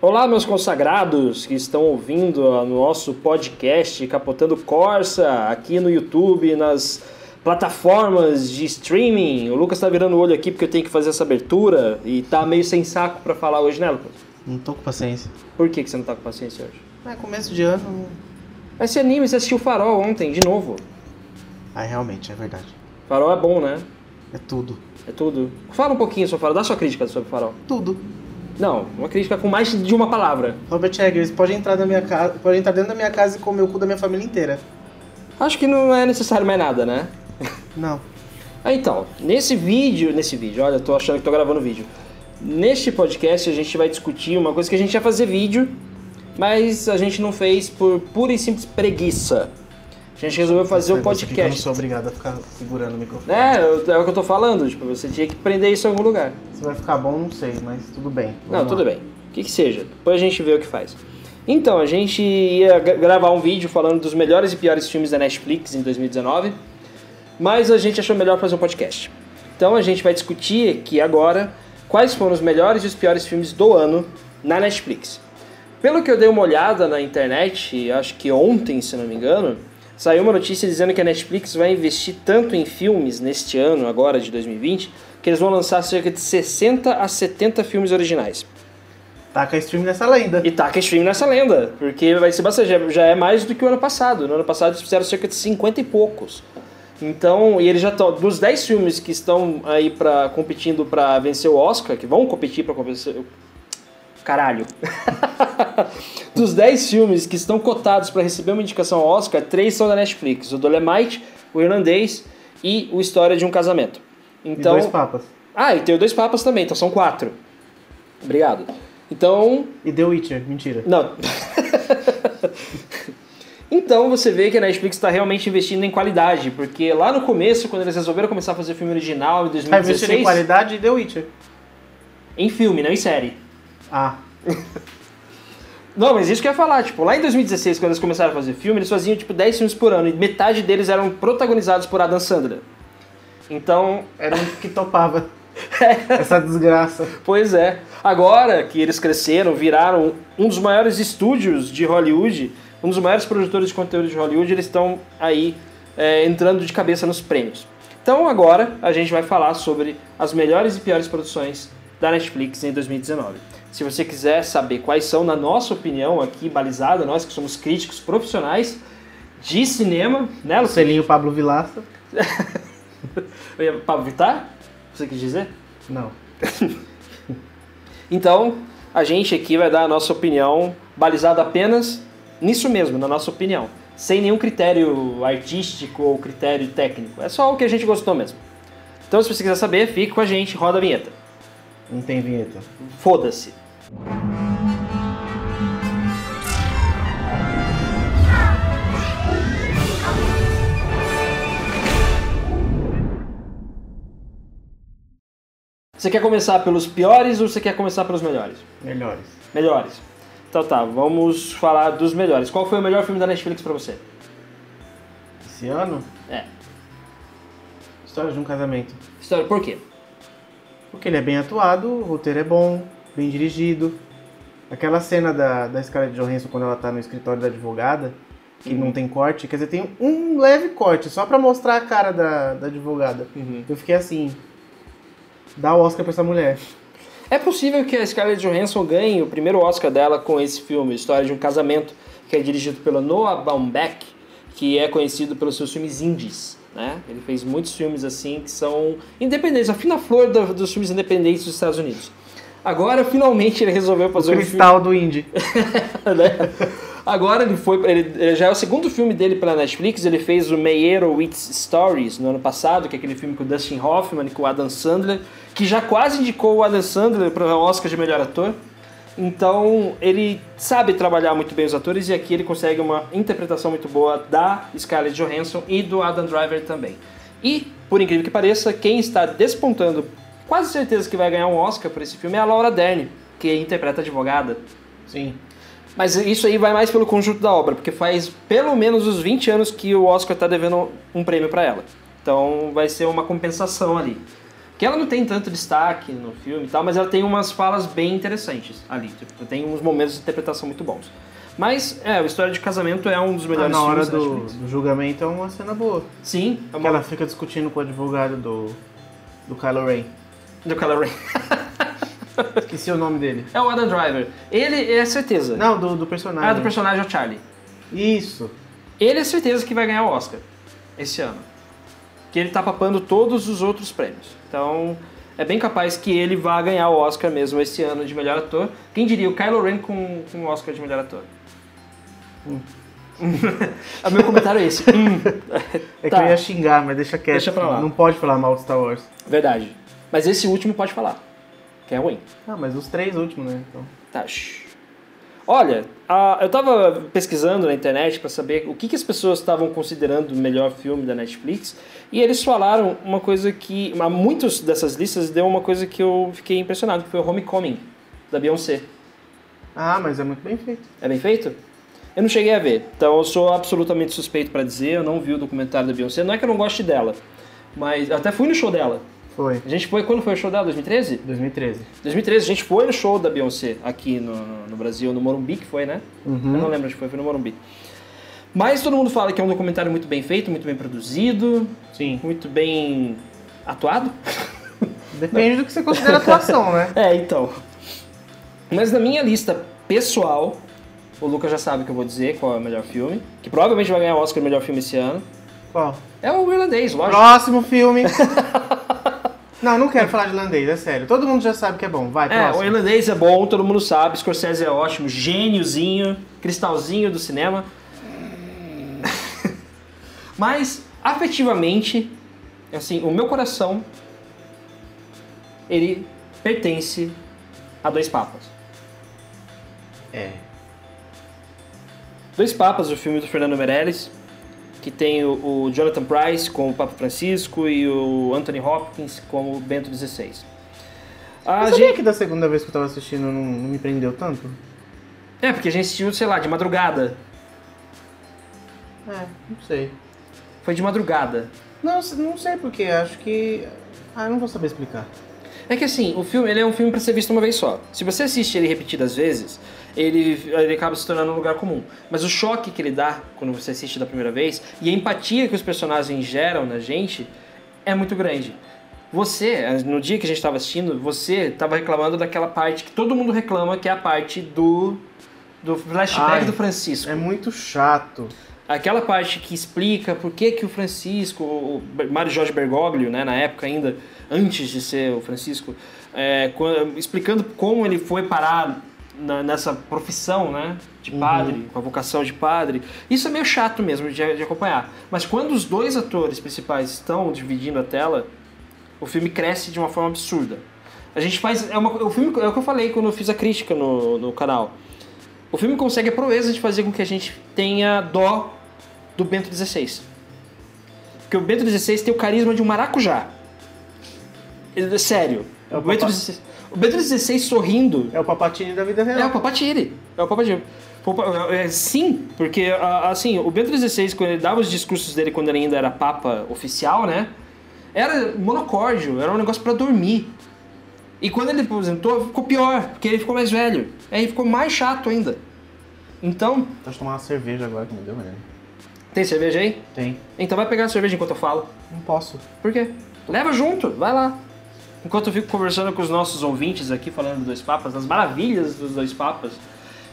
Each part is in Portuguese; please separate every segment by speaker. Speaker 1: Olá, meus consagrados que estão ouvindo o nosso podcast Capotando Corsa aqui no YouTube, nas plataformas de streaming. O Lucas tá virando o olho aqui porque eu tenho que fazer essa abertura e tá meio sem saco pra falar hoje, né, Lucas?
Speaker 2: Não tô com paciência.
Speaker 1: Por que, que você não tá com paciência hoje?
Speaker 2: É começo de ano.
Speaker 1: Mas esse anime, você assistiu Farol ontem, de novo.
Speaker 2: Ah, realmente, é verdade.
Speaker 1: Farol é bom, né?
Speaker 2: É tudo.
Speaker 1: É tudo. Fala um pouquinho sobre Farol, dá sua crítica sobre Farol.
Speaker 2: Tudo.
Speaker 1: Não, uma crítica com mais de uma palavra.
Speaker 2: Robert Eggers, pode entrar na minha casa. Pode entrar dentro da minha casa e comer o cu da minha família inteira.
Speaker 1: Acho que não é necessário mais nada, né?
Speaker 2: Não.
Speaker 1: Ah, Então, nesse vídeo, nesse vídeo, olha, eu tô achando que tô gravando vídeo. Neste podcast a gente vai discutir uma coisa que a gente ia fazer vídeo, mas a gente não fez por pura e simples preguiça. A gente resolveu fazer o
Speaker 2: Você fica- Eu não
Speaker 1: podcast.
Speaker 2: sou obrigado a ficar segurando o microfone.
Speaker 1: É, eu- é o que eu tô falando, tipo, você tinha que prender isso em algum lugar.
Speaker 2: Se vai ficar bom, não sei, mas tudo bem.
Speaker 1: Não, tudo bem. O que que seja. Depois a gente vê o que faz. Então, a gente ia gra- gravar um vídeo falando dos melhores e piores filmes da Netflix em 2019, mas a gente achou melhor fazer um podcast. Então a gente vai discutir aqui agora quais foram os melhores e os piores filmes do ano na Netflix. Pelo que eu dei uma olhada na internet, acho que ontem, se não me engano, saiu uma notícia dizendo que a Netflix vai investir tanto em filmes neste ano, agora de 2020, que eles vão lançar cerca de 60 a 70 filmes originais.
Speaker 2: Taca Tá stream nessa lenda.
Speaker 1: E taca stream nessa lenda, porque vai ser bastante, já- já é mais do que o ano passado. No ano passado eles fizeram cerca de 50 e poucos. Então, e eles já estão, dos 10 filmes que estão aí pra, competindo pra vencer o Oscar, que vão competir pra vencer. Caralho! dos 10 filmes que estão cotados pra receber uma indicação ao Oscar, três são da Netflix: o Dolemite, o Irlandês e o História de um Casamento.
Speaker 2: E
Speaker 1: Então.
Speaker 2: dois papas.
Speaker 1: ah, e tem o Dois Papas também, então são quatro. Obrigado. Então,
Speaker 2: E The Witcher, mentira.
Speaker 1: não. então você vê que a Netflix está realmente investindo em qualidade, porque lá no começo, quando eles resolveram começar a fazer filme original em
Speaker 2: Tá investindo em
Speaker 1: 2016,
Speaker 2: qualidade e The Witcher.
Speaker 1: em filme, não em série.
Speaker 2: Ah,
Speaker 1: Não, mas isso que eu ia falar, tipo, lá em 2016, quando eles começaram a fazer filme, eles faziam tipo 10 filmes por ano e metade deles eram protagonizados por Adam Sandler. Então,
Speaker 2: era o único que topava. Essa desgraça.
Speaker 1: Pois é. Agora que eles cresceram, viraram um dos maiores estúdios de Hollywood, um dos maiores produtores de conteúdo de Hollywood, eles estão aí é, entrando de cabeça nos prêmios. Então agora a gente vai falar sobre as melhores e piores produções da Netflix em 2019. Se você quiser saber quais são, na nossa opinião aqui, balizada, nós que somos críticos profissionais de cinema, né, Lucelo?
Speaker 2: Selinho Pablo Vilaça.
Speaker 1: Pablo Vittar? Você quis dizer?
Speaker 2: Não.
Speaker 1: Então, a gente aqui vai dar a nossa opinião balizada apenas nisso mesmo, na nossa opinião. Sem nenhum critério artístico ou critério técnico. É só o que a gente gostou mesmo. Então, se você quiser saber, fique com a gente, roda a vinheta.
Speaker 2: Não tem vinheta.
Speaker 1: Foda-se. Você quer começar pelos piores ou você quer começar pelos melhores?
Speaker 2: Melhores.
Speaker 1: Melhores. Então tá, vamos falar dos melhores. Qual foi o melhor filme da Netflix pra você?
Speaker 2: Esse ano,
Speaker 1: É.
Speaker 2: história de um casamento.
Speaker 1: História, por quê?
Speaker 2: Porque ele é bem atuado, o roteiro é bom, bem dirigido. Aquela cena da, da Scarlett Johansson quando ela tá no escritório da advogada, que não tem corte, quer dizer, tem um leve corte, só pra mostrar a cara da, da advogada.
Speaker 1: Uhum.
Speaker 2: Eu fiquei assim, dá o Oscar pra essa mulher.
Speaker 1: É possível que a Scarlett Johansson ganhe o primeiro Oscar dela com esse filme, História de um Casamento, que é dirigido pelo Noah Baumbach, que é conhecido pelos seus filmes indies, né? Ele fez muitos filmes assim que são independentes, a fina flor do- dos filmes independentes dos Estados Unidos. Agora, finalmente, ele resolveu fazer um filme...
Speaker 2: Cristal do Indy.
Speaker 1: né? Agora ele foi. Ele, ele já é o segundo filme dele pela Netflix. Ele fez o Meyerowitz Stories no ano passado, que é aquele filme com o Dustin Hoffman e com o Adam Sandler, que já quase indicou o Adam Sandler para o Oscar de melhor ator. Então ele sabe trabalhar muito bem os atores e aqui ele consegue uma interpretação muito boa da Scarlett Johansson e do Adam Driver também. E, por incrível que pareça, quem está despontando quase certeza que vai ganhar um Oscar por esse filme é a Laura Dern, que interpreta a advogada.
Speaker 2: Sim.
Speaker 1: Mas isso aí vai mais pelo conjunto da obra, porque faz pelo menos uns 20 anos que o Oscar tá devendo um prêmio para ela. Então vai ser uma compensação ali. Que ela não tem tanto destaque no filme e tal, mas ela tem umas falas bem interessantes ali. Tipo, tem uns momentos de interpretação muito bons. Mas, é, a história de casamento é um dos
Speaker 2: Ah,
Speaker 1: melhores
Speaker 2: na hora
Speaker 1: filmes da
Speaker 2: do,
Speaker 1: Netflix.
Speaker 2: do julgamento é uma cena boa.
Speaker 1: Sim, é
Speaker 2: Que
Speaker 1: uma...
Speaker 2: ela fica discutindo com o advogado do, do Kylo Ren.
Speaker 1: do Kylo Ren.
Speaker 2: Esqueci o nome dele.
Speaker 1: É o Adam Driver. Ele é certeza.
Speaker 2: Não, do, do personagem.
Speaker 1: Ah, do personagem é o Charlie.
Speaker 2: Isso.
Speaker 1: Ele é certeza que vai ganhar o Oscar esse ano. Que ele tá papando todos os outros prêmios. Então, é bem capaz que ele vá ganhar o Oscar mesmo esse ano de melhor ator. Quem diria o Kylo Ren com, com o Oscar de melhor ator? o meu comentário é esse. Hum.
Speaker 2: É
Speaker 1: Tá.
Speaker 2: que eu ia xingar, mas deixa quieto.
Speaker 1: Deixa pra lá.
Speaker 2: Não pode falar mal de Star Wars.
Speaker 1: Verdade. Mas esse último pode falar. Que é ruim.
Speaker 2: Ah, mas os três últimos, né? Então.
Speaker 1: Tá. shh. Olha, a- eu tava pesquisando na internet para saber o que, que as pessoas estavam considerando o melhor filme da Netflix e eles falaram uma coisa que. A muitas dessas listas deu uma coisa que eu fiquei impressionado, que foi o Homecoming, da Beyoncé.
Speaker 2: Ah, mas é muito bem feito.
Speaker 1: É bem feito? Eu não cheguei a ver, então eu sou absolutamente suspeito para dizer, eu não vi o documentário da Beyoncé, não é que eu não goste dela, mas eu até fui no show dela.
Speaker 2: Foi.
Speaker 1: A gente foi, quando foi o show dela? 2013?
Speaker 2: 2013.
Speaker 1: 2013 a gente foi no show da Beyoncé aqui no, no Brasil, no Morumbi que foi, né? Eu não lembro onde foi, foi no Morumbi. Mas todo mundo fala que é um documentário muito bem feito, muito bem produzido,
Speaker 2: Sim.
Speaker 1: muito bem atuado.
Speaker 2: Depende do que você considera atuação, né?
Speaker 1: É, então. Mas na minha lista pessoal, o Lucas já sabe o que eu vou dizer qual é o melhor filme, que provavelmente vai ganhar o Oscar de melhor filme esse ano.
Speaker 2: Qual?
Speaker 1: É o irlandês, lógico.
Speaker 2: Próximo filme. não, não quero falar de irlandês, é sério. Todo mundo já sabe que é bom. Vai,
Speaker 1: É, o
Speaker 2: próximo.
Speaker 1: irlandês é bom, todo mundo sabe, Scorsese é ótimo, gêniozinho, cristalzinho do cinema. Mas, afetivamente, assim, o meu coração, ele pertence a Dois Papas.
Speaker 2: É.
Speaker 1: Dois Papas, o filme do Fernando Meirelles, que tem o, o Jonathan Price como Papa Francisco e o Anthony Hopkins como Bento XVI. A
Speaker 2: Eu
Speaker 1: gente-
Speaker 2: sabia que da segunda vez que eu tava assistindo não, não me prendeu tanto?
Speaker 1: É, porque a gente assistiu, sei lá, de madrugada.
Speaker 2: É, não sei.
Speaker 1: Foi de madrugada.
Speaker 2: Não, não sei porque, acho que... Ah, eu não vou saber explicar.
Speaker 1: É que assim, o filme ele é um filme pra ser visto uma vez só. Se você assiste ele repetidas vezes, ele, ele acaba se tornando um lugar comum. Mas o choque que ele dá quando você assiste da primeira vez e a empatia que os personagens geram na gente é muito grande. Você, eh, no dia que a gente estava assistindo, você estava reclamando daquela parte que todo mundo reclama, que é a parte do, do flashback
Speaker 2: Ai.
Speaker 1: do Francisco.
Speaker 2: É muito chato.
Speaker 1: Aquela parte que explica por que, que o Francisco, o Ber- Mário Jorge Bergoglio, né, na época ainda, antes de ser o Francisco, é, quan- explicando como ele foi parar na- nessa profissão né, de padre, com a vocação de padre. Isso é meio chato mesmo de, de acompanhar. Mas quando os dois atores principais estão dividindo a tela, o filme cresce de uma forma absurda. A gente faz. É, uma, o filme, é o que eu falei quando eu fiz a crítica no, no canal. O filme consegue a proeza de fazer com que a gente tenha dó do Bento XVI. Porque o Bento XVI tem o carisma de um maracujá. Ele, é sério.
Speaker 2: É o
Speaker 1: o, Bento
Speaker 2: papai.
Speaker 1: XVI, o Bento XVI sorrindo
Speaker 2: É o papatini da vida
Speaker 1: é o
Speaker 2: real.
Speaker 1: Papatiri. É o Papatiri. Popa- é, Sim, porque a- assim, o Bento XVI, quando ele dava os discursos dele quando ele ainda era papa oficial, né? Era monocórdio, era um negócio pra dormir. E quando ele aposentou, ficou pior, porque ele ficou mais velho. Aí ficou mais chato ainda. Então,
Speaker 2: Deixa eu tomar uma cerveja agora que me deu, né?
Speaker 1: tem cerveja aí?
Speaker 2: Tem.
Speaker 1: Então vai pegar a cerveja enquanto eu falo.
Speaker 2: Não posso.
Speaker 1: Por quê? Leva junto, vai lá. Enquanto eu fico conversando com os nossos ouvintes aqui, falando dos Dois Papas, das maravilhas dos Dois Papas,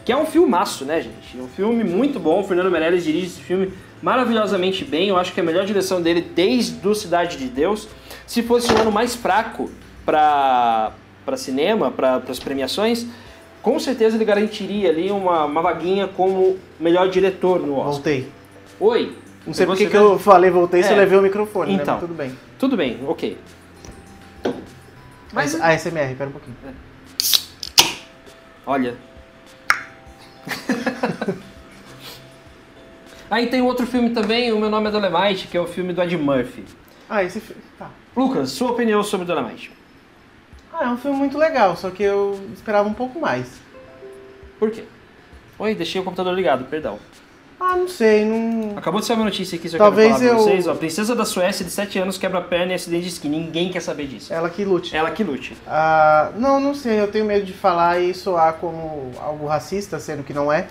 Speaker 1: que é um filmaço, né, gente? É um filme muito bom. O Fernando Meirelles dirige esse filme maravilhosamente bem. Eu acho que é a melhor direção dele desde o Cidade de Deus. Se fosse um ano mais fraco para cinema, para as premiações, com certeza ele garantiria ali uma, uma vaguinha como melhor diretor no Oscar.
Speaker 2: Voltei.
Speaker 1: Oi!
Speaker 2: Não sei
Speaker 1: Pegou
Speaker 2: porque que
Speaker 1: cerveja?
Speaker 2: eu falei voltei se
Speaker 1: É.
Speaker 2: eu levei o microfone, né?
Speaker 1: Então.
Speaker 2: Mas tudo bem.
Speaker 1: Tudo bem, ok. Mas ah, É.
Speaker 2: A ASMR, pera um pouquinho.
Speaker 1: Olha. Aí tem outro filme também, O Meu Nome é Dolemite, que é o filme do Ed Murphy.
Speaker 2: Ah, esse filme... Tá.
Speaker 1: Lucas, sua opinião sobre Dolemite.
Speaker 2: Ah, é um filme muito legal, só que eu esperava um pouco mais.
Speaker 1: Por quê? Oi, deixei o computador ligado, perdão.
Speaker 2: Ah, não sei, não.
Speaker 1: Acabou de sair uma notícia aqui, se eu
Speaker 2: Talvez
Speaker 1: quero falar pra
Speaker 2: eu-
Speaker 1: vocês. Ó, a princesa da Suécia de 7 anos quebra a perna em acidente de esqui. Ninguém quer saber disso.
Speaker 2: Ela que lute.
Speaker 1: Ela que lute.
Speaker 2: Ah, não, não sei, eu tenho medo de falar e soar como algo racista, sendo que não é.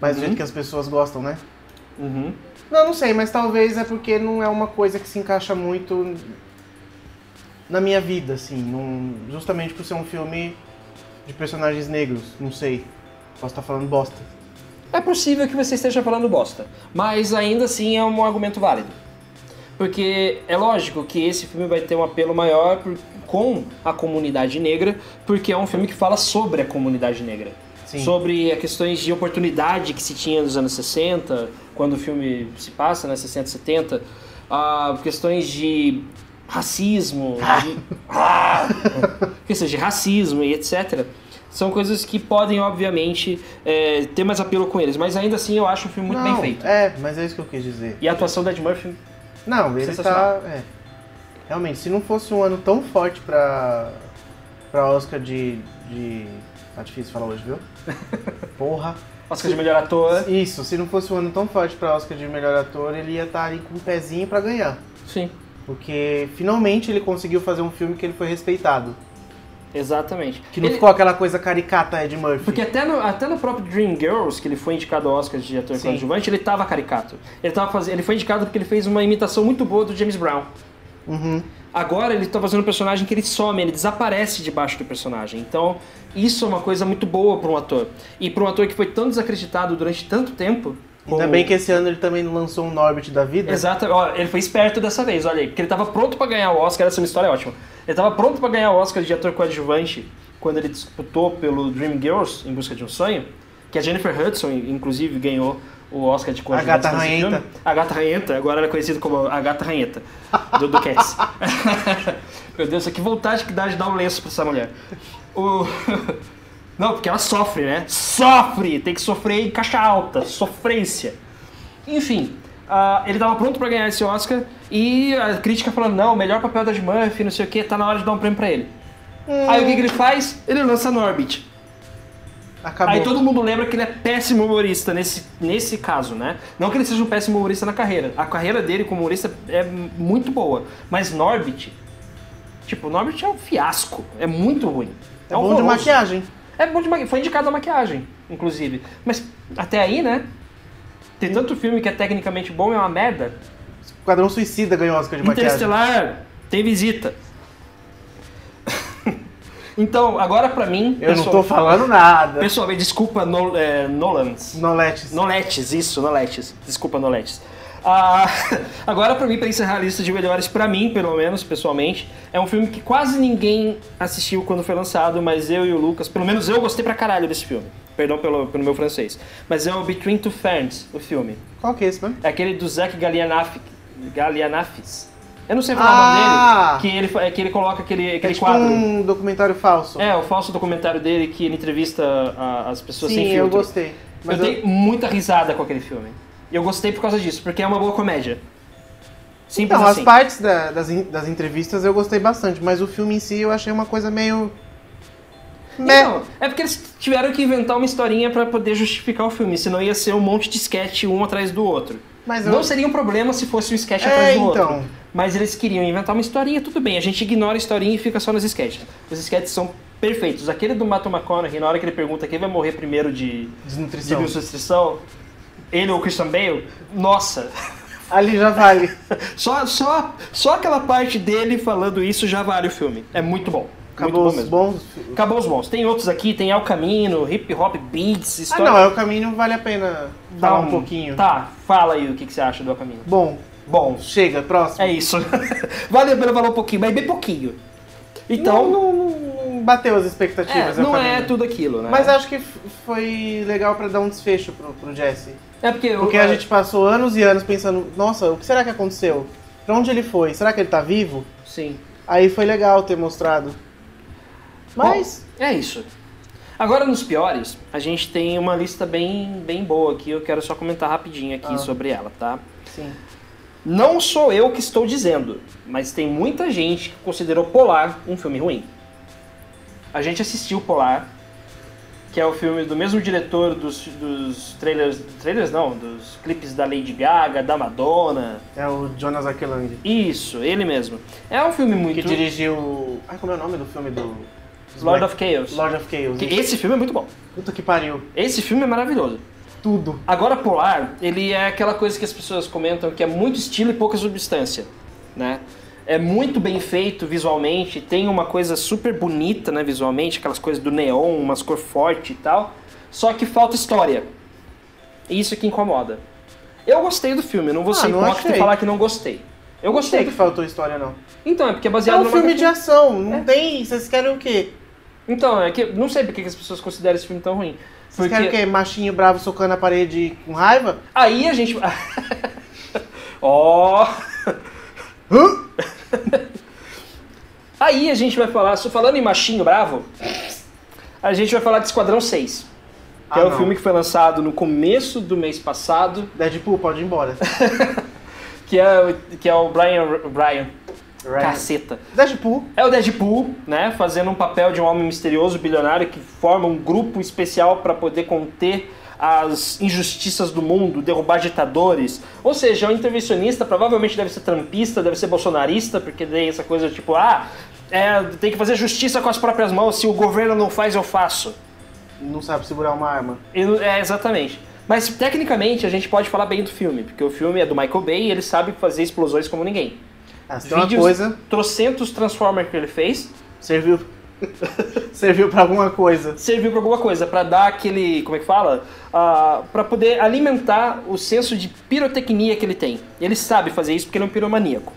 Speaker 2: Mas do
Speaker 1: Uhum.
Speaker 2: jeito que as pessoas gostam, né?
Speaker 1: Uhum.
Speaker 2: Não, não sei, mas talvez é porque não é uma coisa que se encaixa muito na minha vida, assim. não- justamente por ser um filme de personagens negros, não sei. Posso estar falando bosta.
Speaker 1: É possível que você esteja falando bosta, mas ainda assim é um argumento válido. Porque é lógico que esse filme vai ter um apelo maior por- com a comunidade negra, porque é um filme que fala sobre a comunidade negra.
Speaker 2: Sim.
Speaker 1: Sobre as questões de oportunidade que se tinha nos anos 60, quando o filme se passa, né, 60, 70, ah, questões de racismo, de... Ah! questões de racismo e etc. São coisas que podem, obviamente, eh, ter mais apelo com eles, mas ainda assim eu acho o filme muito
Speaker 2: Não,
Speaker 1: bem feito.
Speaker 2: É, mas é isso que eu quis dizer.
Speaker 1: E a atuação da Ed Murphy
Speaker 2: Não, ele
Speaker 1: Sensacional.
Speaker 2: tá. É. Realmente, se não fosse um ano tão forte pra, pra Oscar de, de. Tá difícil falar hoje, viu? Porra.
Speaker 1: Oscar de melhor ator.
Speaker 2: Isso, se não fosse um ano tão forte pra Oscar de melhor ator, ele ia estar ali com um pezinho pra ganhar.
Speaker 1: Sim,
Speaker 2: Porque finalmente ele conseguiu fazer um filme que ele foi respeitado.
Speaker 1: exatamente.
Speaker 2: Que não
Speaker 1: Ele-
Speaker 2: ficou aquela coisa caricata Ed Murphy.
Speaker 1: Porque até no, até no próprio Dream Girls, que ele foi indicado ao Oscar de ator
Speaker 2: Sim.
Speaker 1: coadjuvante, ele tava caricato. Ele, tava fazendo, ele foi indicado porque ele fez uma imitação muito boa do James Brown.
Speaker 2: Uhum.
Speaker 1: Agora ele tá fazendo um personagem que ele some, ele desaparece debaixo do personagem. Então, isso é uma coisa muito boa pra um ator. E pra um ator que foi tão desacreditado durante tanto tempo.
Speaker 2: Ainda bem que esse ano ele também lançou um Norbit da vida.
Speaker 1: Exato, ó, ele foi esperto dessa vez, olha aí, porque ele tava pronto pra ganhar o Oscar, essa é uma história ótima. Ele tava pronto pra ganhar o Oscar de ator coadjuvante quando ele disputou pelo Dream Girls em busca de um sonho, que a Jennifer Hudson inclusive ganhou o Oscar de coadjuvante.
Speaker 2: A gata
Speaker 1: nesse
Speaker 2: ranhenta.
Speaker 1: filme. A gata ranhenta, agora ela é conhecida como a gata ranhenta do, do Cats. Meu Deus, que vontade que dá de dar um lenço pra essa mulher. O Não, porque ela sofre, né? Sofre, tem que sofrer em caixa alta, sofrência. Enfim, ah, ele tava pronto pra ganhar esse Oscar e a crítica falando, não, o melhor papel da Ed Murphy, não sei o que, tá na hora de dar um prêmio pra ele. Aí o que, que ele faz? Ele lança Norbit.
Speaker 2: Acabou.
Speaker 1: Aí todo mundo lembra que ele é péssimo humorista nesse, nesse caso, né? Não que ele seja um péssimo humorista na carreira. A carreira dele como humorista é muito boa. Mas Norbit, tipo, Norbit é um fiasco. É muito ruim.
Speaker 2: É bom de
Speaker 1: horroroso.
Speaker 2: maquiagem.
Speaker 1: É bom de maqui... Foi indicado a maquiagem, inclusive. Mas até aí, né? Tem tanto filme que é tecnicamente bom e é uma merda.
Speaker 2: Esquadrão Suicida ganhou Oscar de maquiagem.
Speaker 1: Interestelar tem visita. então, agora pra mim.
Speaker 2: Eu não
Speaker 1: pessoal-
Speaker 2: tô falando nada.
Speaker 1: Pessoalmente, desculpa, Nol, é, Nolans.
Speaker 2: Noletes.
Speaker 1: Noletes, isso, Noletes. Desculpa, Noletes. Ah, agora, pra mim, pra encerrar a lista de melhores, pra mim, pelo menos, pessoalmente, é um filme que quase ninguém assistiu quando foi lançado, mas eu e o Lucas, pelo menos eu gostei pra caralho desse filme. Perdão pelo, pelo meu francês. Mas é o Between Two Ferns, o filme.
Speaker 2: Qual que é esse mesmo?
Speaker 1: É aquele do Zac Galianaf- Galianafis. Eu não sei falar o
Speaker 2: Ah!
Speaker 1: nome dele, que ele, fa- é que ele coloca aquele, aquele
Speaker 2: É tipo
Speaker 1: quadro.
Speaker 2: um documentário falso.
Speaker 1: É, o falso documentário dele que ele entrevista a- as pessoas sem
Speaker 2: Sim,
Speaker 1: filtro.
Speaker 2: eu gostei. Mas
Speaker 1: eu,
Speaker 2: eu-
Speaker 1: dei muita risada com aquele filme. E eu gostei por causa disso, porque é uma boa comédia. Simples
Speaker 2: Então, as
Speaker 1: assim.
Speaker 2: partes da- das, en- das entrevistas eu gostei bastante, mas o filme em si eu achei uma coisa meio. Meh.
Speaker 1: Então, é porque eles tiveram que inventar uma historinha pra poder justificar o filme, senão ia ser um monte de sketch um atrás do outro.
Speaker 2: mas eu.
Speaker 1: Não seria um problema se fosse um sketch
Speaker 2: É,
Speaker 1: atrás do
Speaker 2: então.
Speaker 1: outro. Mas eles queriam inventar uma historinha, tudo bem, a gente ignora a historinha e fica só nos sketches. Os sketches são perfeitos. Aquele do Mato McConaughey, na hora que ele pergunta quem vai morrer primeiro de, de
Speaker 2: Desnutrição.
Speaker 1: biossustrição, ele ou o Christian Bale, nossa,
Speaker 2: Ali já vale.
Speaker 1: só, só, só aquela parte dele falando isso já vale o filme. É muito bom.
Speaker 2: Acabou
Speaker 1: muito bom
Speaker 2: os
Speaker 1: mesmo.
Speaker 2: bons.
Speaker 1: Acabou os bons. Tem outros aqui, tem El Camino, Hip Hop Beats,
Speaker 2: Ah,
Speaker 1: história...
Speaker 2: não, é o caminho, vale a pena falar um pouquinho.
Speaker 1: Tá, fala aí o que, que você acha do El Camino.
Speaker 2: Bom,
Speaker 1: Bom,
Speaker 2: chega, próximo.
Speaker 1: É isso. Valeu pelo falar um pouquinho, mas bem pouquinho. Então,
Speaker 2: não, não- não bateu as
Speaker 1: é,
Speaker 2: expectativas.
Speaker 1: não
Speaker 2: o caminho.
Speaker 1: é tudo aquilo, né?
Speaker 2: Mas acho que f- foi legal pra dar um desfecho pro, pro Jesse.
Speaker 1: é porque, eu-
Speaker 2: Porque a gente passou anos e anos pensando, nossa, o que será que aconteceu? Pra onde ele foi? Será que ele tá vivo?
Speaker 1: Sim.
Speaker 2: Aí foi legal ter mostrado. Mas.
Speaker 1: Bom, é isso. Agora nos piores, a gente tem uma lista bem, bem boa aqui, eu quero só comentar rapidinho aqui
Speaker 2: Ah.
Speaker 1: sobre ela, tá?
Speaker 2: Sim.
Speaker 1: Não sou eu que estou dizendo, mas tem muita gente que considerou Polar um filme ruim. A gente assistiu Polar que é o filme do mesmo diretor dos, dos trailers. Trailers não, dos clipes da Lady Gaga, da Madonna.
Speaker 2: É o Jonas Akeland.
Speaker 1: Isso, ele mesmo. É um filme muito.
Speaker 2: Que dirigiu. Ai, como é o nome do filme do.
Speaker 1: Lord of Chaos.
Speaker 2: Lord of Chaos.
Speaker 1: Que Esse filme é muito bom.
Speaker 2: Puta que pariu.
Speaker 1: Esse filme é maravilhoso.
Speaker 2: Tudo.
Speaker 1: Agora, Polar, ele é aquela coisa que as pessoas comentam que é muito estilo e pouca substância, né? É muito bem feito visualmente, tem uma coisa super bonita, né, visualmente, aquelas coisas do neon, umas cor forte e tal, só que falta história. E isso que incomoda. Eu gostei do filme, não vou
Speaker 2: Ah,
Speaker 1: ser
Speaker 2: não
Speaker 1: hipócrita e
Speaker 2: achei.
Speaker 1: falar que não gostei. Eu
Speaker 2: Não sei
Speaker 1: gostei.
Speaker 2: que faltou história, não.
Speaker 1: Então, é porque é
Speaker 2: É
Speaker 1: baseado
Speaker 2: um
Speaker 1: numa
Speaker 2: filme de
Speaker 1: HQ.
Speaker 2: ação, não tem. Vocês querem o quê?
Speaker 1: Então, é que não sei por que que as pessoas consideram esse filme tão ruim.
Speaker 2: Vocês
Speaker 1: Porque
Speaker 2: querem o quê? Machinho bravo socando a parede com raiva?
Speaker 1: aí a gente Ó!
Speaker 2: Hã?
Speaker 1: Aí a gente vai falar, só falando em machinho bravo, a gente vai falar de Esquadrão 6. Que
Speaker 2: Ah,
Speaker 1: é um
Speaker 2: não.
Speaker 1: filme que foi lançado no começo do mês passado,
Speaker 2: Deadpool, pode ir embora.
Speaker 1: que é, o- que é o Brian, o Brian, caceta.
Speaker 2: Deadpool.
Speaker 1: É o Deadpool, né, fazendo um papel de um homem misterioso, bilionário, que forma um grupo especial para poder conter as injustiças do mundo, derrubar ditadores. Ou seja, é um intervencionista, provavelmente deve ser trampista, deve ser bolsonarista, porque daí essa coisa tipo, ah, é, tem que fazer justiça com as próprias mãos, se o governo não faz, eu faço.
Speaker 2: Não sabe segurar uma arma.
Speaker 1: E não- É, exatamente. Mas tecnicamente a gente pode falar bem do filme, porque o filme é do Michael Bay e ele sabe fazer explosões como ninguém.
Speaker 2: Ah, se tem uma coisa,
Speaker 1: Trocentos Transformers que ele fez
Speaker 2: serviu. serviu pra alguma coisa.
Speaker 1: serviu pra alguma coisa, pra dar aquele. Como é que fala? Ah, Pra poder alimentar o senso de pirotecnia que ele tem. Ele sabe fazer isso porque ele é um piromaníaco.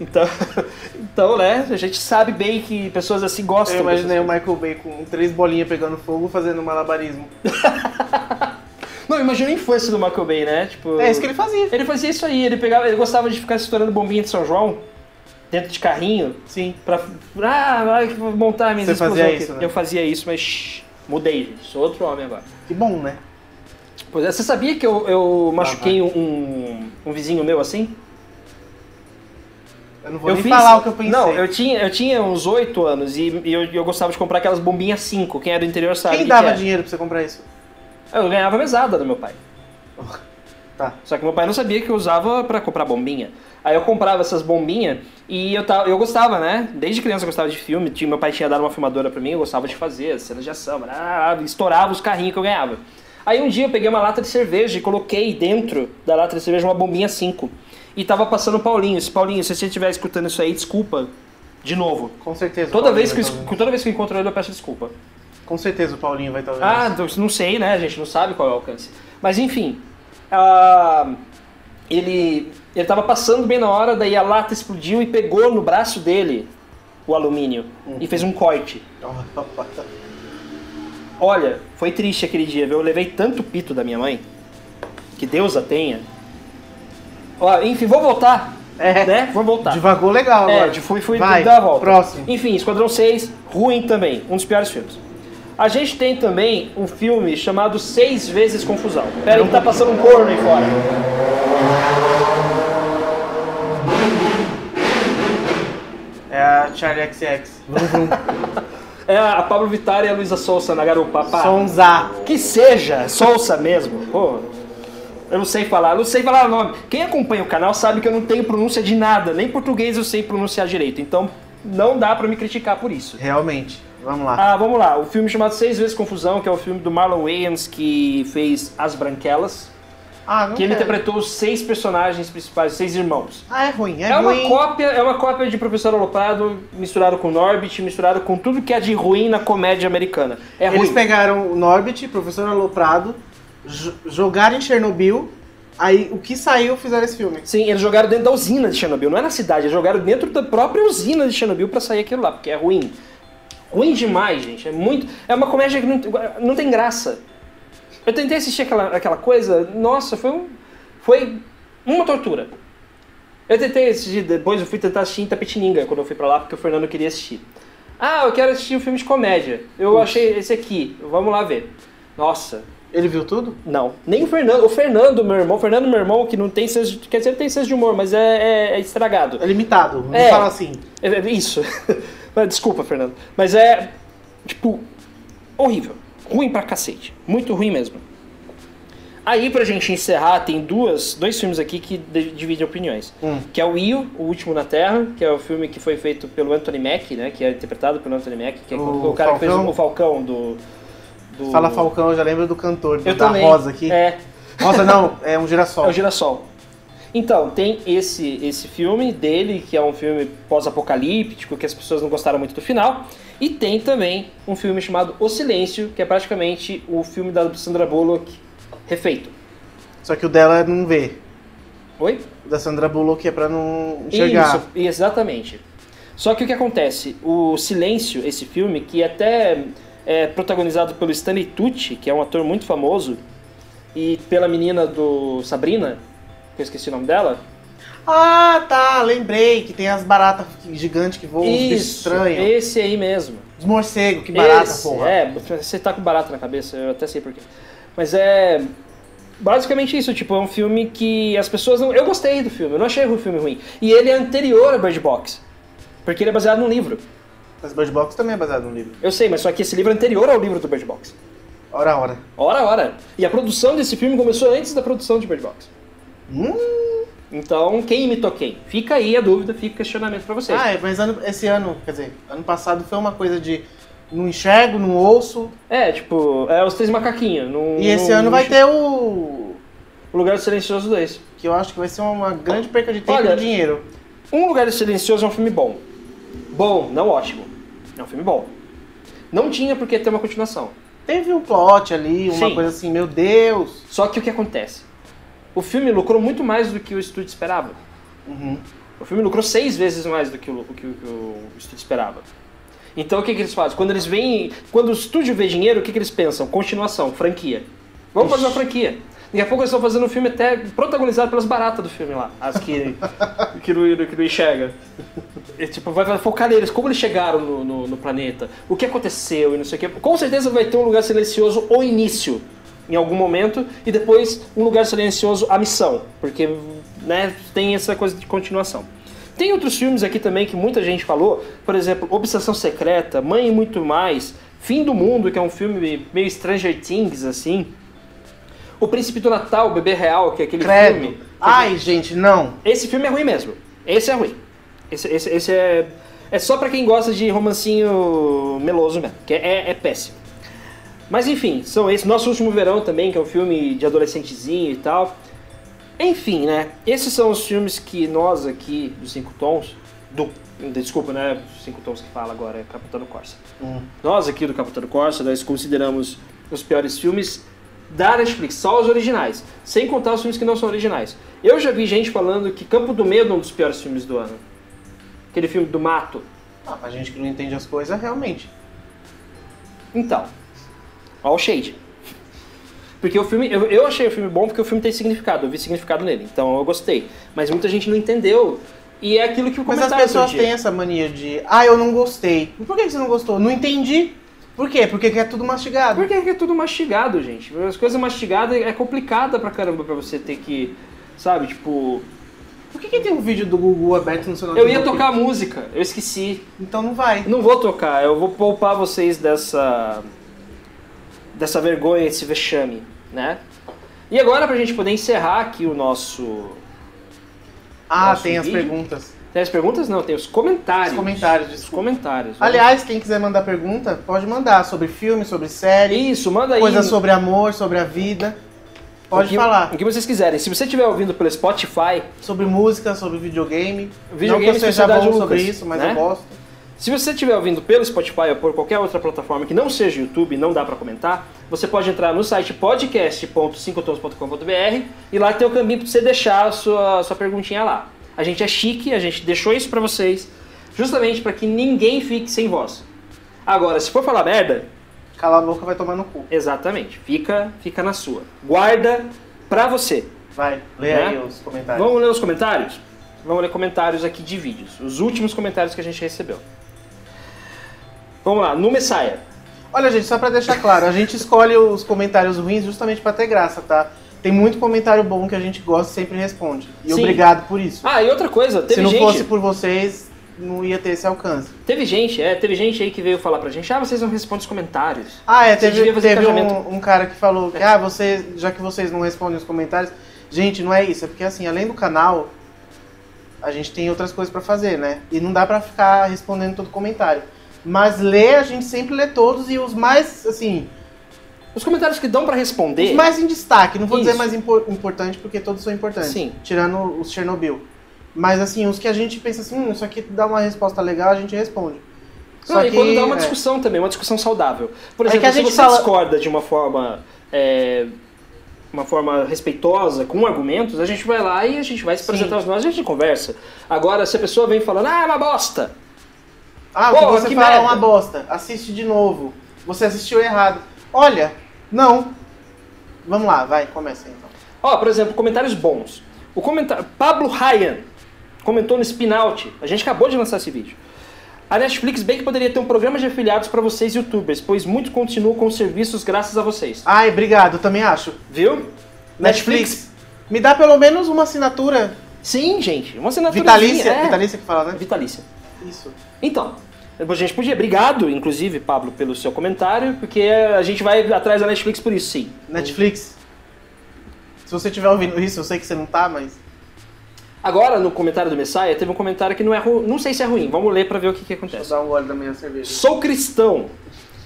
Speaker 1: Então, então né? A gente sabe bem que pessoas assim gostam.
Speaker 2: Eu imaginei o
Speaker 1: dessas-
Speaker 2: Michael Bay com três bolinhas pegando fogo fazendo malabarismo.
Speaker 1: assim. Não, imagina a infância do Michael Bay, né? Tipo,
Speaker 2: É isso que ele fazia.
Speaker 1: Ele fazia isso aí, ele pegava, ele gostava de ficar estourando bombinha de São João dentro de carrinho
Speaker 2: Sim.
Speaker 1: pra ah, vai montar minhas
Speaker 2: Você fazia
Speaker 1: explosões
Speaker 2: isso,
Speaker 1: aqui.
Speaker 2: né?
Speaker 1: Eu fazia isso, mas shh, mudei, gente. Sou outro homem agora.
Speaker 2: Que bom, né?
Speaker 1: Pois é, você sabia que eu, eu machuquei
Speaker 2: vai.
Speaker 1: um, um vizinho meu assim?
Speaker 2: Eu não vou
Speaker 1: eu
Speaker 2: nem falar o que eu pensei.
Speaker 1: Não, eu tinha, eu tinha uns 8 anos e, e eu, eu gostava de comprar aquelas bombinhas 5. Quem é do interior sabe.
Speaker 2: Quem
Speaker 1: o que
Speaker 2: dava
Speaker 1: que é.
Speaker 2: dinheiro pra você comprar isso?
Speaker 1: Eu ganhava mesada do meu pai.
Speaker 2: Tá.
Speaker 1: Só que meu pai não sabia que eu usava pra comprar bombinha. Aí eu comprava essas bombinhas e eu, tava, eu gostava, né? Desde criança eu gostava de filme. Tinha, meu pai tinha dado uma filmadora pra mim, eu gostava de fazer as cenas de ação. ah, estourava os carrinhos que eu ganhava. Aí um dia eu peguei uma lata de cerveja e coloquei dentro da lata de cerveja uma bombinha 5. E tava passando o Paulinho. Esse Paulinho, se você estiver escutando isso aí, desculpa. De novo.
Speaker 2: Com certeza. o
Speaker 1: Toda
Speaker 2: Paulinho
Speaker 1: vez, que eu,
Speaker 2: vai tá
Speaker 1: esc-
Speaker 2: ouvindo.
Speaker 1: toda vez que eu encontro ele, eu peço desculpa.
Speaker 2: Com certeza o Paulinho vai estar ouvindo.
Speaker 1: Ah, do- não sei, né? A gente não sabe qual é o alcance. Mas enfim, ah, ele ele estava passando bem na hora, daí a lata explodiu e pegou no braço dele o alumínio e fez um corte.
Speaker 2: isso.
Speaker 1: Olha, foi triste aquele dia, viu? Eu levei tanto pito da minha mãe. Que Deus a tenha. Ó, enfim, vou voltar.
Speaker 2: É.
Speaker 1: Né? Vou voltar.
Speaker 2: Devagou legal
Speaker 1: É,
Speaker 2: agora.
Speaker 1: de fui, fui
Speaker 2: vai,
Speaker 1: dar a volta.
Speaker 2: Próximo.
Speaker 1: Enfim, Esquadrão 6, ruim também. Um dos piores filmes. A gente tem também um filme chamado Seis Vezes Confusão. Pera aí que tá passando um corno aí fora.
Speaker 2: É a Charlie XX. Vrum, vrum.
Speaker 1: É a Pablo Vittar e a Luísa Souza na garupa. pá.
Speaker 2: Sonza.
Speaker 1: Que seja, Souza mesmo. Pô, eu não sei falar, eu não sei falar o nome. Quem acompanha o canal sabe que eu não tenho pronúncia de nada. Nem português eu sei pronunciar direito. Então não dá pra me criticar por isso.
Speaker 2: Realmente. Vamos lá.
Speaker 1: Ah, vamos lá. O filme chamado Seis Vezes Confusão, que é o filme do Marlon Wayans que fez As Branquelas,
Speaker 2: Ah, não
Speaker 1: que ele
Speaker 2: quero.
Speaker 1: interpretou os seis personagens principais, os seis irmãos.
Speaker 2: Ah, é ruim. É,
Speaker 1: É uma
Speaker 2: ruim.
Speaker 1: cópia, é uma cópia de Professor Aloprado misturado com Norbit, misturado com tudo que é de ruim na comédia americana. É
Speaker 2: Eles
Speaker 1: ruim.
Speaker 2: pegaram o Norbit, professor Aloprado, jo- jogaram em Chernobyl, aí o que saiu fizeram esse filme.
Speaker 1: Sim, eles jogaram dentro da usina de Chernobyl, não é na cidade, eles jogaram dentro da própria usina de Chernobyl pra sair aquilo lá, porque é ruim. Ruim demais, gente. É muito. É uma comédia que não, não tem graça. Eu tentei assistir aquela, aquela coisa, nossa, foi um. Foi uma tortura. Eu tentei assistir, depois eu fui tentar assistir em Tapetininga quando eu fui pra lá, porque o Fernando queria assistir. Ah, eu quero assistir um filme de comédia. Eu achei esse aqui, vamos lá ver. Nossa,
Speaker 2: Ele viu tudo?
Speaker 1: não, nem o Fernando. O Fernando, meu irmão, o Fernando, meu irmão, que não tem senso de, quer dizer, ele tem senso de humor, mas é, é- é estragado.
Speaker 2: É limitado. Não
Speaker 1: É.
Speaker 2: fala assim.
Speaker 1: É- é Isso. Mas Desculpa, Fernando. Mas é, tipo, horrível. ruim pra cacete. Muito ruim mesmo. Aí, pra gente encerrar, tem duas, dois filmes aqui que de- dividem opiniões.
Speaker 2: Hum.
Speaker 1: Que é o Io, O Último na Terra, que é o filme que foi feito pelo Anthony Mack, né? Que é interpretado pelo Anthony Mack, que é o,
Speaker 2: O
Speaker 1: cara que fez
Speaker 2: Falcão.
Speaker 1: o Falcão do... do...
Speaker 2: Fala Falcão, eu já lembro do cantor,
Speaker 1: Eu
Speaker 2: da
Speaker 1: também.
Speaker 2: Rosa aqui.
Speaker 1: É,
Speaker 2: Nossa, não, é um
Speaker 1: é
Speaker 2: girassol.
Speaker 1: o Girassol. Então, tem esse, esse filme dele, que é um filme pós-apocalíptico, que as pessoas não gostaram muito do final. E tem também um filme chamado O Silêncio, que é praticamente o filme da Sandra Bullock refeito.
Speaker 2: Só que o dela não vê.
Speaker 1: Oi?
Speaker 2: O da Sandra Bullock é pra não enxergar.
Speaker 1: Isso, exatamente. Só que o que acontece? O Silêncio, esse filme, que até é protagonizado pelo Stanley Tucci, que é um ator muito famoso, e pela menina do Sabrina, que eu esqueci o nome dela.
Speaker 2: Ah, tá, lembrei que tem as baratas gigantes que voam, os bichos estranhos.
Speaker 1: esse aí mesmo.
Speaker 2: Os morcegos, que barata,
Speaker 1: Esse,
Speaker 2: porra.
Speaker 1: É, você tá com barata na cabeça, eu até sei porquê. Mas é. Basicamente isso, tipo, é um filme que as pessoas não. Eu gostei do filme, eu não achei o filme ruim. E ele é anterior a Bird Box. Porque ele é baseado num livro.
Speaker 2: Mas Bird Box também é baseado num livro.
Speaker 1: Eu sei, mas só que esse livro é anterior ao livro do Bird Box.
Speaker 2: Ora, ora.
Speaker 1: Ora, ora. E a produção desse filme começou antes da produção de Bird Box.
Speaker 2: Hum.
Speaker 1: Então, quem imitou quem? Fica aí a dúvida, fica o questionamento pra vocês.
Speaker 2: Ah, é, mas ano- esse ano, quer dizer, ano passado foi uma coisa de não enxergo, não ouço.
Speaker 1: É, tipo, é os três macaquinhos. num-
Speaker 2: E esse
Speaker 1: num-
Speaker 2: ano vai ter o.
Speaker 1: O Lugar do Silencioso 2.
Speaker 2: Que eu acho que vai ser uma grande perca de tempo
Speaker 1: Olha-
Speaker 2: e de dinheiro.
Speaker 1: Um Lugar Silencioso é um filme bom. Bom, não ótimo. É um filme bom. Não tinha porque ter uma continuação.
Speaker 2: Teve um plot ali, uma
Speaker 1: Sim.
Speaker 2: coisa assim, meu Deus.
Speaker 1: Só que o que acontece? O filme lucrou muito mais do que o estúdio esperava.
Speaker 2: Uhum.
Speaker 1: O filme lucrou seis vezes mais do que o, o que o- que o estúdio esperava. Então o que, que eles fazem? Quando eles veem. Quando o estúdio vê dinheiro, o que, que eles pensam? Continuação, franquia. Vamos fazer uma franquia. Daqui a pouco eles estão fazendo um filme até protagonizado pelas baratas do filme lá. As que, que, não, que não enxerga. É, tipo, vai vai focar neles, como eles chegaram no, no- no planeta, o que aconteceu e não sei o quê. Com certeza vai ter um lugar silencioso o início, em algum momento, e depois um lugar silencioso a missão, porque né, tem essa coisa de continuação. Tem outros filmes aqui também que muita gente falou, por exemplo, Obsessão Secreta, Mãe e Muito Mais, Fim do Mundo, que é um filme meio Stranger Things, assim. O Príncipe do Natal, o Bebê Real, que é aquele filme.
Speaker 2: Credo. Ai, gente, não.
Speaker 1: Esse filme é ruim mesmo. Esse é ruim. Esse, esse- esse é. É só pra quem gosta de romancinho meloso mesmo, que é, é péssimo. Mas enfim, são esse. Nosso Último Verão também, que é um filme de adolescentezinho e tal. Enfim, né? Esses são os filmes que nós aqui, dos Cinco Tons. Do, desculpa, né? Os Cinco Tons que fala agora, é Capitano Corsa.
Speaker 2: Hum.
Speaker 1: Nós aqui do Capitano Corsa, nós consideramos os piores filmes da Netflix, só os originais, sem contar os filmes que não são originais. Eu já vi gente falando que Campo do Medo é um dos piores filmes do ano. Aquele filme do mato.
Speaker 2: Ah, pra gente que não entende as coisas, realmente.
Speaker 1: Então, ó o shade. Porque o filme, eu, eu achei o filme bom porque o filme tem significado, eu vi significado nele, então eu gostei. Mas muita gente não entendeu, e é aquilo que o
Speaker 2: Mas as
Speaker 1: comentário
Speaker 2: pessoas têm essa mania de, ah, eu não gostei. Por que que você não gostou? Não entendi. Por quê? Porque é tudo mastigado.
Speaker 1: Por que que é tudo mastigado, gente? As coisas mastigadas é complicada pra caramba pra você ter que, sabe, tipo,
Speaker 2: Por que, que tem um vídeo do Gugu aberto no seu
Speaker 1: Eu ia
Speaker 2: notebook?
Speaker 1: tocar a música, eu esqueci.
Speaker 2: Então não vai.
Speaker 1: Não vou tocar, eu vou poupar vocês dessa. dessa vergonha, esse vexame, né? E agora, pra gente poder encerrar aqui o nosso.
Speaker 2: Ah,
Speaker 1: Nosso
Speaker 2: tem as
Speaker 1: vídeo?
Speaker 2: perguntas.
Speaker 1: Tem as perguntas? Não, tem os comentários.
Speaker 2: Os comentários,
Speaker 1: Os
Speaker 2: desculpa.
Speaker 1: comentários. Vamos-
Speaker 2: Aliás, quem quiser mandar pergunta, pode mandar sobre filme, sobre série,
Speaker 1: Isso, manda aí.
Speaker 2: coisas sobre amor, sobre a vida.
Speaker 1: o
Speaker 2: Pode
Speaker 1: que-
Speaker 2: falar.
Speaker 1: O que vocês quiserem. Se você estiver ouvindo pelo Spotify,
Speaker 2: Sobre música, sobre videogame.
Speaker 1: Videogame
Speaker 2: não que eu seja
Speaker 1: especialidade
Speaker 2: bom
Speaker 1: Lucas,
Speaker 2: sobre isso, mas
Speaker 1: né?
Speaker 2: eu gosto.
Speaker 1: Se você estiver ouvindo pelo Spotify ou por qualquer outra plataforma que não seja YouTube, não dá para comentar, você pode entrar no site podcast.cincotons.com.br e lá tem o caminho para você deixar a sua, sua perguntinha lá. A gente é chique, a gente deixou isso para vocês, justamente para que ninguém fique sem voz. Agora, se for falar merda,
Speaker 2: Cala a boca, vai tomar no cu.
Speaker 1: exatamente, fica, fica na sua. Guarda pra você.
Speaker 2: Vai, lê
Speaker 1: Né?
Speaker 2: aí os comentários.
Speaker 1: Vamos ler os comentários? Vamos ler comentários aqui de vídeos. Os últimos comentários que a gente recebeu. Vamos lá, no Messiah.
Speaker 2: Olha, gente, só pra deixar claro, a gente escolhe os comentários ruins justamente pra ter graça, tá? Tem muito comentário bom que a gente gosta e sempre responde. E
Speaker 1: Sim.
Speaker 2: obrigado por isso.
Speaker 1: Ah, e outra coisa, teve
Speaker 2: Se não
Speaker 1: gente.
Speaker 2: fosse por vocês, não ia ter esse alcance.
Speaker 1: Teve gente, é, teve gente aí que veio falar pra gente, ah, vocês não respondem os comentários.
Speaker 2: Ah, é,
Speaker 1: Vocês
Speaker 2: teve,
Speaker 1: deviam fazer
Speaker 2: teve
Speaker 1: engajamento.
Speaker 2: um, um cara que falou que, ah, vocês, já que vocês não respondem os comentários, gente, não é isso, é porque assim, além do canal, a gente tem outras coisas pra fazer, né? E não dá pra ficar respondendo todo comentário. Mas ler, a gente sempre lê todos e os mais, assim,
Speaker 1: Os comentários que dão pra responder.
Speaker 2: os mais em destaque, não vou dizer
Speaker 1: Isso.
Speaker 2: mais impor- importante, porque todos são importantes.
Speaker 1: Sim.
Speaker 2: Tirando os Chernobyl. Mas assim, os que a gente pensa assim, hum, isso aqui dá uma resposta legal, a gente responde.
Speaker 1: Não, ah, e quando dá uma
Speaker 2: é,
Speaker 1: discussão também, uma discussão saudável. Por
Speaker 2: É
Speaker 1: exemplo,
Speaker 2: que a
Speaker 1: se
Speaker 2: gente
Speaker 1: você
Speaker 2: fala-
Speaker 1: discorda de uma forma. é, uma forma respeitosa, com argumentos, a gente vai lá e a gente vai se apresentar aos nós e a gente conversa. Agora, se a pessoa vem falando, ah, é uma bosta!
Speaker 2: Ah, o que
Speaker 1: Pô,
Speaker 2: você
Speaker 1: que
Speaker 2: fala é
Speaker 1: merda.
Speaker 2: uma bosta. Assiste de novo. Você assistiu errado. Olha, não. Vamos lá, vai, começa aí, então.
Speaker 1: Ó, por exemplo, comentários bons. O comentário. Pablo Ryan comentou no Spinout. A gente acabou de lançar esse vídeo. A Netflix bem que poderia ter um programa de afiliados para vocês youtubers, pois muito continuam com os serviços graças a vocês.
Speaker 2: Ai, obrigado, eu também acho.
Speaker 1: Viu?
Speaker 2: Netflix. Me dá pelo menos uma assinatura
Speaker 1: Sim, gente. Uma assinatura.
Speaker 2: vitalícia.
Speaker 1: É.
Speaker 2: Vitalícia que fala, né?
Speaker 1: Vitalícia.
Speaker 2: Isso.
Speaker 1: Então, a gente podia. Obrigado, inclusive, Pablo, pelo seu comentário, porque a gente vai atrás da Netflix por isso, sim.
Speaker 2: Netflix. Se você estiver ouvindo isso, eu sei que você não tá, mas.
Speaker 1: Agora, no comentário do Messiah, teve um comentário que não é ruim. Não sei se é ruim. Vamos ler para ver o que, que acontece.
Speaker 2: Deixa eu dar um gole da minha cerveja.
Speaker 1: Sou cristão.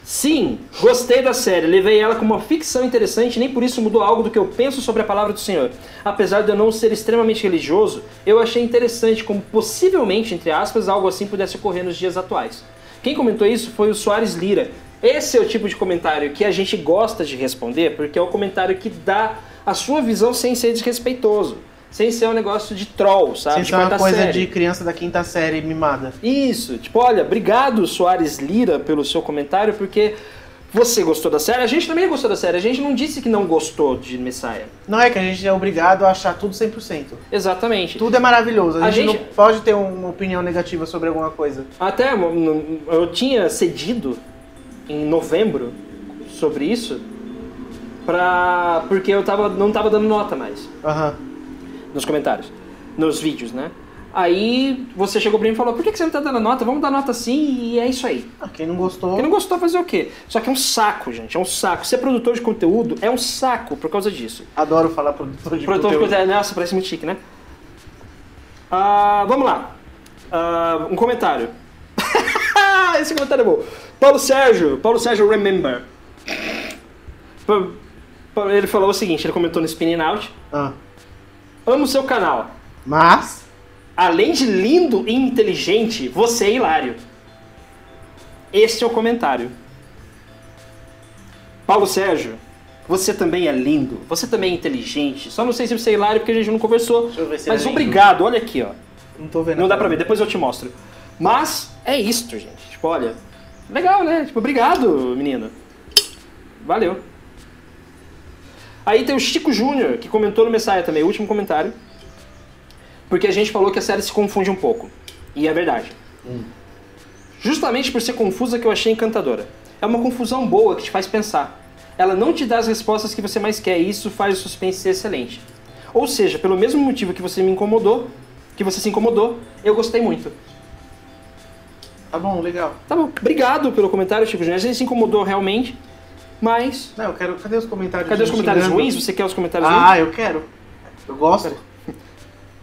Speaker 1: Sim, gostei da série, levei ela como uma ficção interessante, nem por isso mudou algo do que eu penso sobre a palavra do Senhor. Apesar de eu não ser extremamente religioso, eu achei interessante como possivelmente, entre aspas, algo assim pudesse ocorrer nos dias atuais. Quem comentou isso foi o Soares Lira. Esse é o tipo de comentário que a gente gosta de responder, porque é o comentário que dá a sua visão sem ser desrespeitoso, sem ser um negócio de troll, sabe?
Speaker 2: Isso
Speaker 1: de
Speaker 2: é uma
Speaker 1: quarta
Speaker 2: coisa
Speaker 1: série.
Speaker 2: de criança da quinta série mimada.
Speaker 1: Isso, tipo, olha, obrigado Soares Lira pelo seu comentário, porque você gostou da série, a gente também gostou da série, a gente não disse que não gostou de Messiah.
Speaker 2: Não é que a gente é obrigado a achar tudo 100%.
Speaker 1: Exatamente.
Speaker 2: Tudo é maravilhoso. A,
Speaker 1: A
Speaker 2: gente,
Speaker 1: gente-
Speaker 2: não pode ter um, uma opinião negativa sobre alguma coisa.
Speaker 1: Até no- no- eu tinha cedido em novembro sobre isso, pra, porque eu tava, não tava dando nota mais
Speaker 2: Aham.
Speaker 1: nos comentários, nos vídeos, né? Aí você chegou pra mim e falou, por que que você não tá dando nota? Vamos dar nota sim e é isso aí.
Speaker 2: Ah, quem não gostou.
Speaker 1: Quem não gostou fazer o quê? Só que é um saco, gente. É um saco. Ser produtor de conteúdo é um saco por causa disso.
Speaker 2: Adoro falar produtor de
Speaker 1: produtor de
Speaker 2: conteúdo.
Speaker 1: conteúdo. Nossa, parece muito chique, né? Ah, vamos lá. Ah, um comentário. Esse comentário é bom. Paulo Sérgio, Paulo Sérgio Remember. Pa- pa- Ele falou o seguinte, ele comentou no Spinning Out.
Speaker 2: Ah,
Speaker 1: Amo seu canal.
Speaker 2: mas.
Speaker 1: Além de lindo e inteligente, você é hilário. Este é o comentário. Paulo Sérgio, você também é lindo, você também é inteligente. Só não sei se você é hilário porque a gente não conversou.
Speaker 2: Deixa eu ver se ele é
Speaker 1: Mas
Speaker 2: lindo.
Speaker 1: obrigado, olha aqui, ó.
Speaker 2: Não tô vendo.
Speaker 1: Não dá pra ver, depois eu te mostro. Mas é isto, gente. Tipo, olha. Legal, né? Tipo, obrigado, menino. Valeu. Aí tem o Chico Júnior, que comentou no Messiah também, o último comentário. Porque a gente falou que a série se confunde um pouco. E é verdade. Justamente por ser confusa que eu achei encantadora. É uma confusão boa que te faz pensar. Ela não te dá as respostas que você mais quer e isso faz o suspense ser excelente. Ou seja, pelo mesmo motivo que você me incomodou, que você se incomodou, eu gostei muito.
Speaker 2: Tá bom, legal.
Speaker 1: Tá bom. Obrigado pelo comentário, Chico Júnior. A gente se incomodou realmente, mas...
Speaker 2: Não, eu quero. Cadê os comentários
Speaker 1: Cadê os
Speaker 2: me
Speaker 1: comentários
Speaker 2: xingando?
Speaker 1: ruins? Você quer os comentários ruins?
Speaker 2: Ah, eu quero. Eu gosto.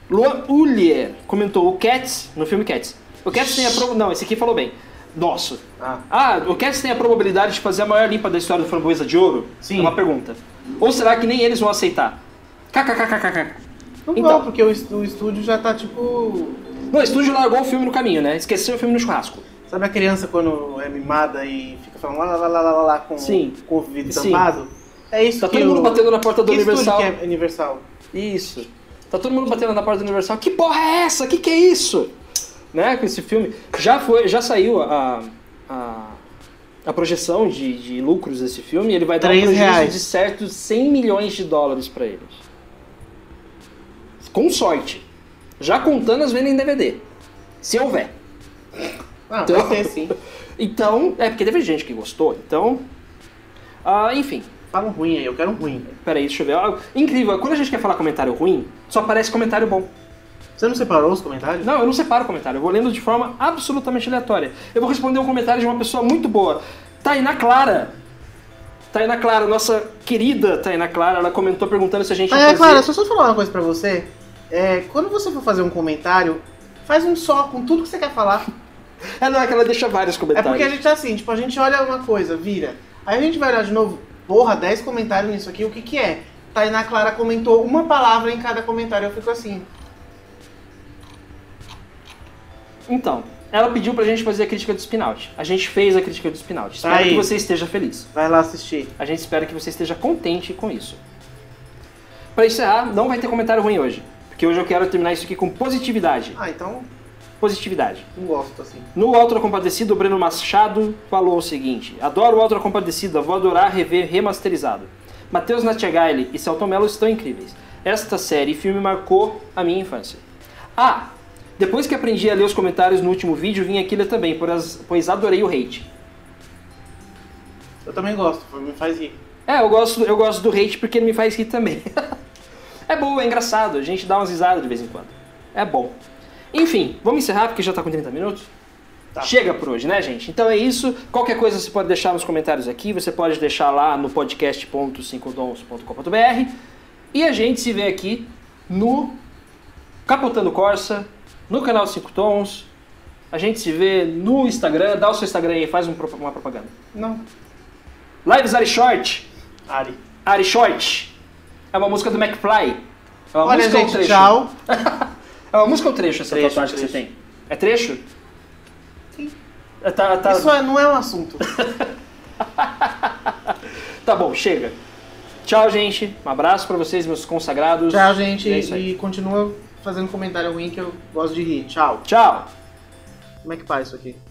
Speaker 1: Luan Ulier comentou o Cats no filme Cats. O Cats tem a pro... Não, esse aqui falou bem. Nosso.
Speaker 2: Ah,
Speaker 1: Ah, o Cats tem a probabilidade de fazer a maior limpa da história do Framboesa de Ouro?
Speaker 2: Sim.
Speaker 1: É uma pergunta. Ou será que nem eles vão aceitar? KKKKKK.
Speaker 2: não
Speaker 1: Então.
Speaker 2: vão, porque o est- o estúdio já tá tipo.
Speaker 1: Não, o estúdio largou o filme no caminho, né? Esqueceu o filme no churrasco.
Speaker 2: Sabe a criança quando é mimada e fica falando lá lá lá lá, lá, lá com,
Speaker 1: Sim.
Speaker 2: com o ouvido
Speaker 1: Sim.
Speaker 2: tampado? É isso
Speaker 1: Tá
Speaker 2: que
Speaker 1: todo mundo
Speaker 2: o-
Speaker 1: batendo na porta do
Speaker 2: que estúdio
Speaker 1: Universal.
Speaker 2: que é Universal?
Speaker 1: Isso. Tá todo mundo batendo na porta do Universal. Que porra é essa? Que que é isso? Né? Com esse filme. Já foi, já saiu a, a, a projeção de, de lucros desse filme. Ele vai dar um
Speaker 2: Três
Speaker 1: prejuízo
Speaker 2: reais.
Speaker 1: de certo 100 milhões de dólares pra eles. Com sorte. Já contando as vendas em DVD. Se houver.
Speaker 2: Ah,
Speaker 1: Então-
Speaker 2: vai ter sim.
Speaker 1: Então, é porque teve gente que gostou. Então, ah, enfim.
Speaker 2: Fala um ruim aí, eu quero um ruim.
Speaker 1: Peraí, deixa eu ver. Ah, incrível, quando a gente quer falar comentário ruim, só aparece comentário bom.
Speaker 2: Você não separou os comentários?
Speaker 1: Não, eu não separo o comentário, eu vou lendo de forma absolutamente aleatória. Eu vou responder um comentário de uma pessoa muito boa, Tainá Clara. Tainá Clara, nossa querida Tainá Clara, ela comentou perguntando se a gente ia
Speaker 2: Ah, é,
Speaker 1: fazer-
Speaker 2: Clara, só só falar uma coisa pra você. É, quando você for fazer um comentário, faz um só com tudo que você quer falar.
Speaker 1: É, não, é que ela deixa vários
Speaker 2: É
Speaker 1: comentários.
Speaker 2: porque a gente tá assim, tipo, a gente olha uma coisa, vira. Aí a gente vai olhar de novo, porra, 10 comentários nisso aqui, o que que é? Tainá Clara comentou uma palavra em cada comentário, eu fico assim.
Speaker 1: Então, ela pediu pra gente fazer a crítica do spin-out. A gente fez a crítica do spin-out. Espero
Speaker 2: Aí.
Speaker 1: que você esteja feliz.
Speaker 2: Vai lá assistir.
Speaker 1: A gente espera que você esteja contente com isso. Pra encerrar, não vai ter comentário ruim hoje. Porque hoje eu quero terminar isso aqui com positividade.
Speaker 2: Ah, então
Speaker 1: Positividade.
Speaker 2: não gosto assim.
Speaker 1: No Ultra Compadecido, o Breno Machado falou o seguinte: Adoro o Ultra Compadecida, vou adorar rever remasterizado. Matheus Natchegaile e Celton Mello estão incríveis. Esta série e filme marcou a minha infância. Ah, depois que aprendi a ler os comentários no último vídeo, vim aqui ler também, por as- pois adorei o hate.
Speaker 2: Eu também gosto, me faz rir.
Speaker 1: É, eu gosto, eu gosto do hate porque ele me faz rir também. é bom, é engraçado, a gente dá umas risadas de vez em quando. É bom. Enfim, vamos encerrar porque já tá com 30 minutos.
Speaker 2: Tá.
Speaker 1: Chega por hoje, né, gente? Então é isso. Qualquer coisa você pode deixar nos comentários aqui, você pode deixar lá no podcast.cincodons.com.br e a gente se vê aqui no Capotando Corsa, no canal Cinco Tons. A gente se vê no Instagram, dá o seu Instagram aí, faz um pro- uma propaganda.
Speaker 2: Não.
Speaker 1: Lives are short.
Speaker 2: Ari.
Speaker 1: Ari Short. É uma música do McFly. É uma
Speaker 2: Olha,
Speaker 1: música ou um
Speaker 2: gente,
Speaker 1: trecho?
Speaker 2: tchau.
Speaker 1: É uma música ou trecho essa
Speaker 2: Trecho,
Speaker 1: tatuagem que você
Speaker 2: trecho.
Speaker 1: tem? É trecho?
Speaker 2: Sim.
Speaker 1: É, Tá, tá,
Speaker 2: Isso é- não é um assunto.
Speaker 1: tá bom, chega. Tchau, gente. Um abraço pra vocês, meus consagrados.
Speaker 2: Tchau, gente.
Speaker 1: É isso aí.
Speaker 2: e continua fazendo comentário ruim que eu gosto de rir. Tchau.
Speaker 1: Tchau.
Speaker 2: Como é que faz isso aqui?